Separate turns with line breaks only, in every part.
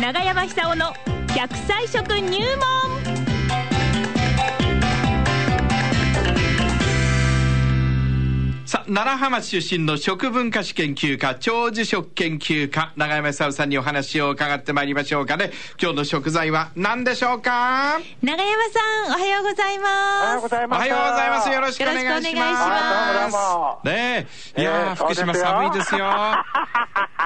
長山久夫の100歳食入門
さあ、奈良浜市出身の食文化史研究家、長寿食研究家、長山久夫さんにお話を伺ってまいりましょうかね。今日の食材は何でしょうか
長山さんおはようござい
おはよ
ま
うご
す
ざい
お
ます。
はようございます。よろしくお願い
よ
します。
ろしくお願いします
あどうもどうも
ねえ。い
え
やー、
え
福島寒いですよ。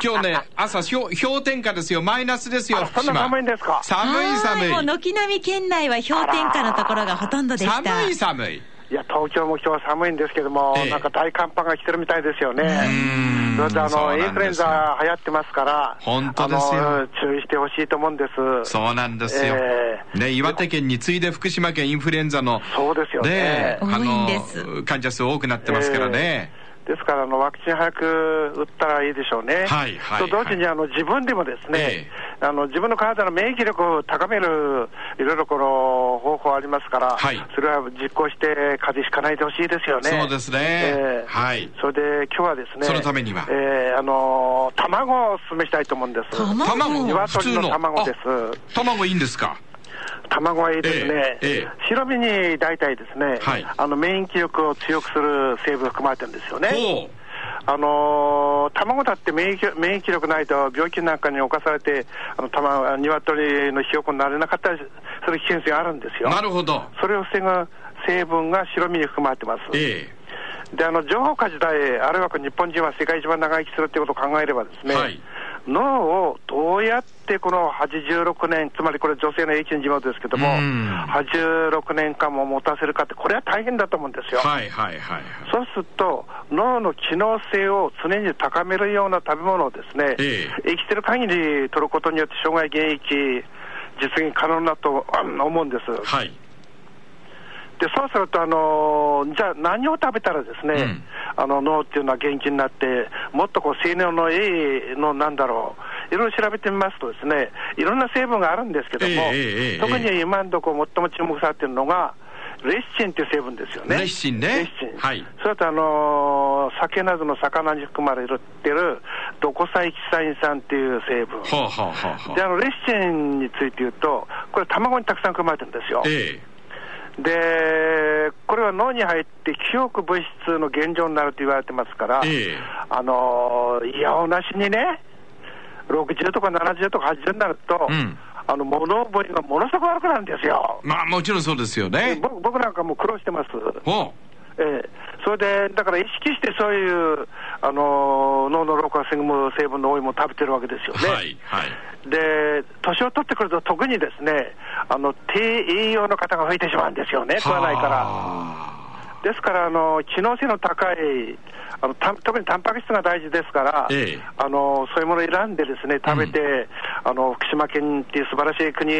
今日ね、朝氷、氷点下ですよ。マイナスですよ、
あ
福島。
そんな寒いんですか
寒い寒
はーもう
い。
軒並み県内は氷点下のところがほとんどでした
寒い寒い。
いや、東京も今日は寒いんですけども、
ええ
なんか大寒波が来てるみたいですよね。
ん
それであ
そうなん
の、
ですよ
インフルエンザ流行ってますから、
本当ですよ
あのうん注意してほしいと思うんです。
そうなんですよ。
ええ
ね、岩手県に次いで福島県インフルエンザの、
そうですよね
ねえあ
多
の
いんです
患者数多くなってますからね。
ですから、あの、ワクチン早く打ったらいいでしょうね。
はいはい
と同時に、あの、自分でもですね、
え
あの、自分の体の免疫力を高める、いろいろこの方法ありますから、
はい
それは実行して、風邪ひかないでほしいですよね。
そうですね
ええ
はい
それで、今日はですね、
そのためには
ええあの、卵をお勧めしたいと思うんです。
卵
卵普
鶏
通
の
の。
卵です。
あ卵いいんですか
卵はいいです
え
ね、
えええ
白身に大体ですね、
はい
あの免疫力を強くする成分が含まれてるんですよね。
おう
あのー卵だって免疫免疫力ないと病気なんかに侵されて、あの卵鶏のひよこになれなかったりする危険性があるんですよ。
なるほど。
それを防ぐ成分が白身に含まれてます。
ええ。
で、あの、情報化時代、あるいは日本人は世界一番長生きするってことを考えればですね、
はい
脳をどうやってこの86年、つまりこれ女性の平均寿命ですけども、
うん
86年間も持たせるかって、これは大変だと思うんですよ。
はいはいはいはい。
そうすると、脳の機能性を常に高めるような食べ物をですね、
ええ
生きてる限り取ることによって障害現役、実現可能だとうん思うんです。
はい。
でそうすると、あのーじゃあ、何を食べたらですね、
うん
あの脳っていうのは元気になって、もっとこう性能のいいのなんだろう、いろいろ調べてみますと、ですねいろんな成分があるんですけども、
ええええええ
特に今のところ、最も注目されているのが、レシチンっていう成分ですよね。
レシチンね
レシチン
はい
それと、あのー酒などの魚に含まれてる、ドコサイキサイン酸っていう成分。
はあはあはあは
で、
あ。
あの、レシチンについて言うと、これ卵にたくさん含まれてるんですよ。
え
で、これは脳に入って記憶物質の現状になると言われてますから、
ええ
あのー、いやおなしにね、60とか70とか80になると、
うん
あの物覚えがものすごく悪くなるんですよ
え。。まあもちろんそうですよね。
僕僕なんかもう苦労してます。
ほ
ええそれで、だから意識してそういう、あのー脳の老化を防ぐ成分の多いものを食べてるわけですよ
う。
ね。
はいはい。
で、年を取ってくると特にですね、あの、低栄養の方が増えてしまうんですよね、食わないから。
はあ
ですから、あの、機能性の高い、あのた特にタンパク質が大事ですから、
ええ
あの、そういうものを選んでですね、食べて、あの、福島県っていう素晴らしい国、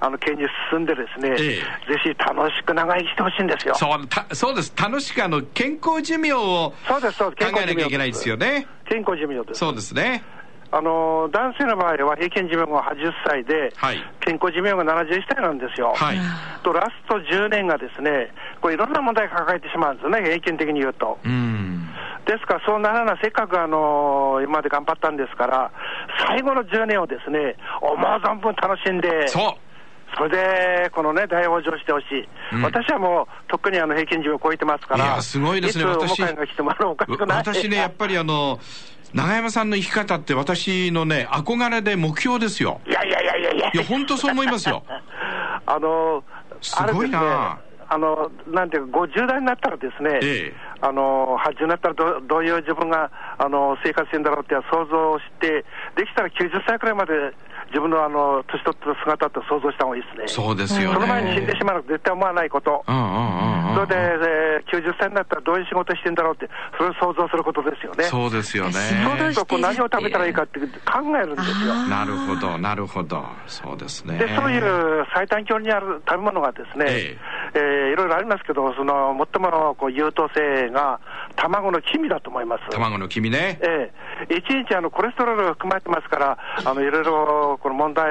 あの、県に進んでですね、
ええ
ぜひ楽しく長生きしてほしいんですよ。
そうたそうです。楽しくあの健康寿命を
そうです、そうです。
考えなきゃいけないですよね。
健康寿命です。
そうですね。
あの、男性の場合は平均寿命が80歳で、
はい
健康寿命が71歳なんですよ。
はい。
とラスト10年がですね、これいろんな問題抱えてしまうんですよね、平均的に言うと。
うん。
ですから、そうならない、せっかくあの今まで頑張ったんですから、最後の10年をですね、思う存分楽しんで、そ
そう。
れで、このね、大往生してほしい、
うん
私はもう、とっくにあの平均寿命を超えてますから、
いやすごいですね
いつお
私
迎えが来てもらうおか しくない。
私ね、やっぱりあの、長山さんの生き方って私のね、憧れで目標ですよ。
いやいやいやいやいや
いや、本当そう思います よ。
あの、
すごいな
あれですねあの、なんていうか、50代になったらですね、
ええ
あの、80になったらどどういう自分が、あの、生活してんだろうって想像して、できたら90歳くらいまで自分の、あの、年取った姿って想像した方がいいですね。
そうですよね。
その前に死んでしまうの絶対思わないこと。
うんうんうんう
そ
ん。
れで、えー90歳になったらどういう仕事してんだろうって、それを想像することですよね。
そうですよね。
そうです
そこう何を食べたらいいかって考えるんですよ。
あー
なるほど、なるほど。そうですね。
で、そういう最短距離にある食べ物がですね、
え
えーいろいろありますけど、その最ものこう優等生が卵の黄身だと思います。
卵の黄身ね。
ええ一日あのコレステロールが含まれてますから、あのいろいろこの問題あ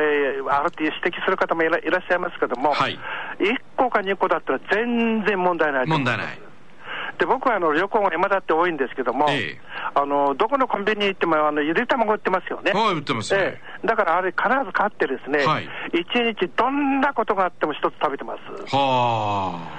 るって指摘する方もいらいらっしゃいますけども、
はい
1個か2個だったら全然問題ないと思いま
問題
す
ない。
で僕はあの旅行が今だって多いんですけども、
ええ
あのどこのコンビニ行ってもあのゆで卵売ってますよね。
はい、売ってます、
ええ、だからあれ、必ず買ってですね、
はい
一日どんなことがあっても一つ食べてます。
は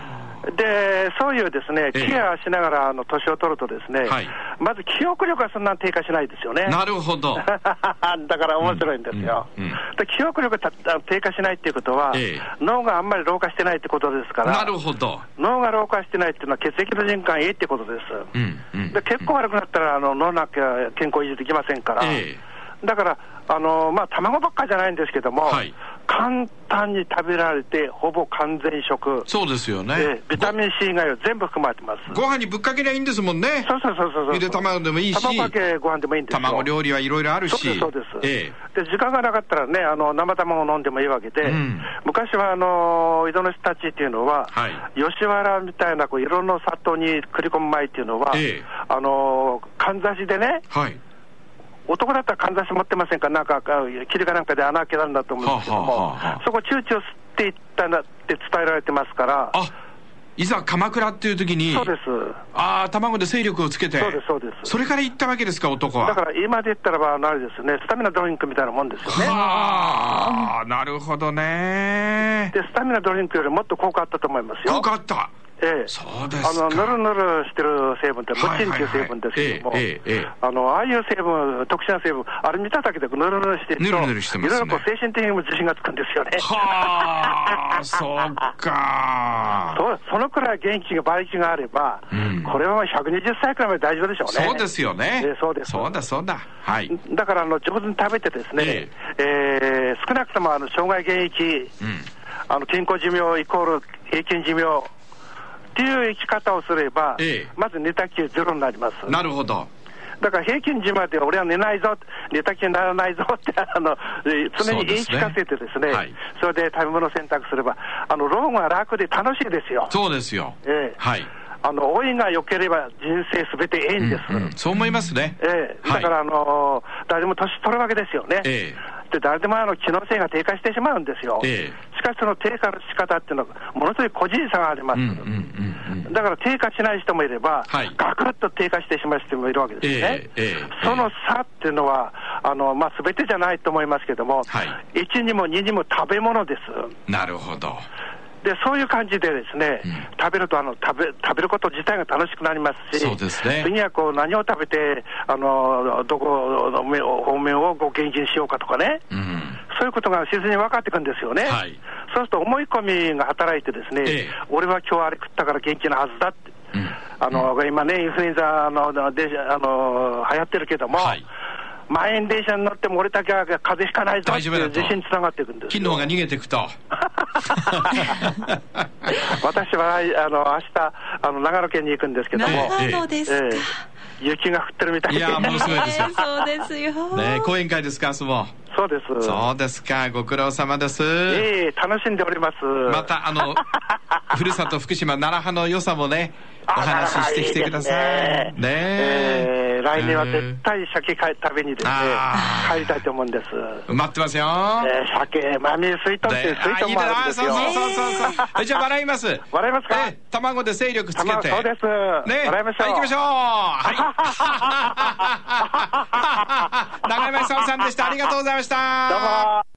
で、そういうですね、
ええ
ケアしながらあの年を取るとですね、
はい
まず記憶力がそんなに低下しないですよね
あ。。なるほど。
だから面白いんですよ。
うんうんうん
で記憶力がた低下しないっていうことは、
ええ
脳があんまり老化してないってことですから、
なるほど。
脳が老化してないっていうのは血液の循環いいってことです。
うん、うん。
で結構悪くなったらあの脳なんか健康維持できませんから、
え
だから、あのまあ、卵ばっかじゃないんですけども、
はい
簡単に食べられて、ほぼ完全食、
そうですよね。
でビタミン C 以外は全部含まれてます。
ごご飯にぶっかけりゃいいんですもんね。
そうそうそうそうそう。
ゆで卵でもいいし
卵かけご飯でもいいんですよ。
卵料理はいろいろあるし。
そうです、そうです、
え
で、時間がなかったらね、あの生卵を飲んでもいいわけで、
うん
昔はあの江戸の人たちっていうのは、
は
吉原みたいなこう色の里に繰り込む前っていうのは、
ええ
あのかんざしでね、
えはい。
男だったらかんざし持ってませんか、なんか、あ霧かなんかで穴開けたんだと思うんですけども、
はあはあはあ
そこ、躊躇していったなって伝えられてますから、
あ、いざ鎌倉っていう時に。
そうです。
ああ、卵で勢力をつけて。
そうですそうです
それから行ったわけですか、男は。
だから今で言ったらば、あのあれですね、スタミナドリンクみたいなもんですよね。
はあ、なるほどね
で。、スタミナドリンクよりもっと効果あったと思いますよ。
よかった。
ええ、
そうですか
あのぬるぬるしてる成分って、ム
はい
チンっていう成分ですけども、
はいはいええええええ
あのああいう成分、特殊な成分、あれ見ただけでぬるぬるしてると、
ぬるぬるしてますね
いろいろこう精神的にも自信がつくんですよね。
はあ、そうか。
そうそのくらい元気が、馬力があれば、
うん
これは120歳くらいまで大丈夫でしょうね。
そうですよね。
ええそうです
そうだ、そうだ。はい。
だからあの上手に食べてですね、えー少なくともあの障害現役、
うん。
あの健康寿命イコール平均寿命っていう生き方をすれば、
ええ
まず寝たきりゼロになります。
なるほど。
だから平均時まで俺は寝ないぞ、寝たきりにならないぞって、 あのえー常に言い聞かせて、で
そ
すねそ
うですねはい
れで食べ物を選択すれば、あの老後は楽で楽しいですよ、
そうですよ。
ええ
はい。
あの老いが良ければ人生すべてええんです、
うんそう思いますね。
ええ
は
だ
い
から、あのー誰でも年取るわけですよね。
え
で誰でもあの機能性が低下してしまうんですよ、
え
しかしその低下の仕方っていうのは、ものすごい個人差があります、
うんうんうんうん。
だから低下しない人もいれば、
はい
ガクッと低下してしまう人もいるわけですね、
ええええ
その差っていうのは、あのまあ、全てじゃないと思いますけども、
はい
1にも2にも食べ物です。
なるほど。
でそういう感じで、ですね、
うん
食べるとあの食べ、食べること自体が楽しくなりますし、
そうですね
次はこう何を食べて、あのどこの面を方面をご元気にしようかとかね、
うん。
そういうことが自然に分かってくるんですよね。
はい
そうすると思い込みが働いてですね、
ええ
俺は今日あれ食ったから元気なはずだって。
うん
あの今ね、インフルエンザのであの流行ってるけども、
はい
満員電車に乗っても俺だけは風邪ひかないぞって
大丈夫
いう
だと
自信につながっていくんです
機
よ
能が逃げていく と。
私はあの明日あの長野県に行くんですけども、
え
な
え
るほどですか。
ええ雪が降ってるみたい
い
で、
やーもうすごいですよ
ええそうですよ。
ね講演会ですか、明日も。
そうです、
そうですか、ご苦労様です。
ええ楽しんでおります。
また、あの、ふるさと福島、奈良派の良さもね、お
あ
話ししてきてください。
いいですね
ね
え
え
え来年は絶対鮭買い食べにですね
あ、ー
帰りたいと思うんです。
待ってますよ。
ええ鮭、マミー水豚っていう
ねあい
水豚
い
も
で
ある
あ
んで
ー
す
そう
よ。
そうそうそうそう。えじゃあ、笑います。
笑いますか
ええ卵で勢力つけ
卵
て。
そうです
ね、
笑いましょう
はい、行きましょう。 はい。長山久夫さんでした。ありがとうございました。
どうも。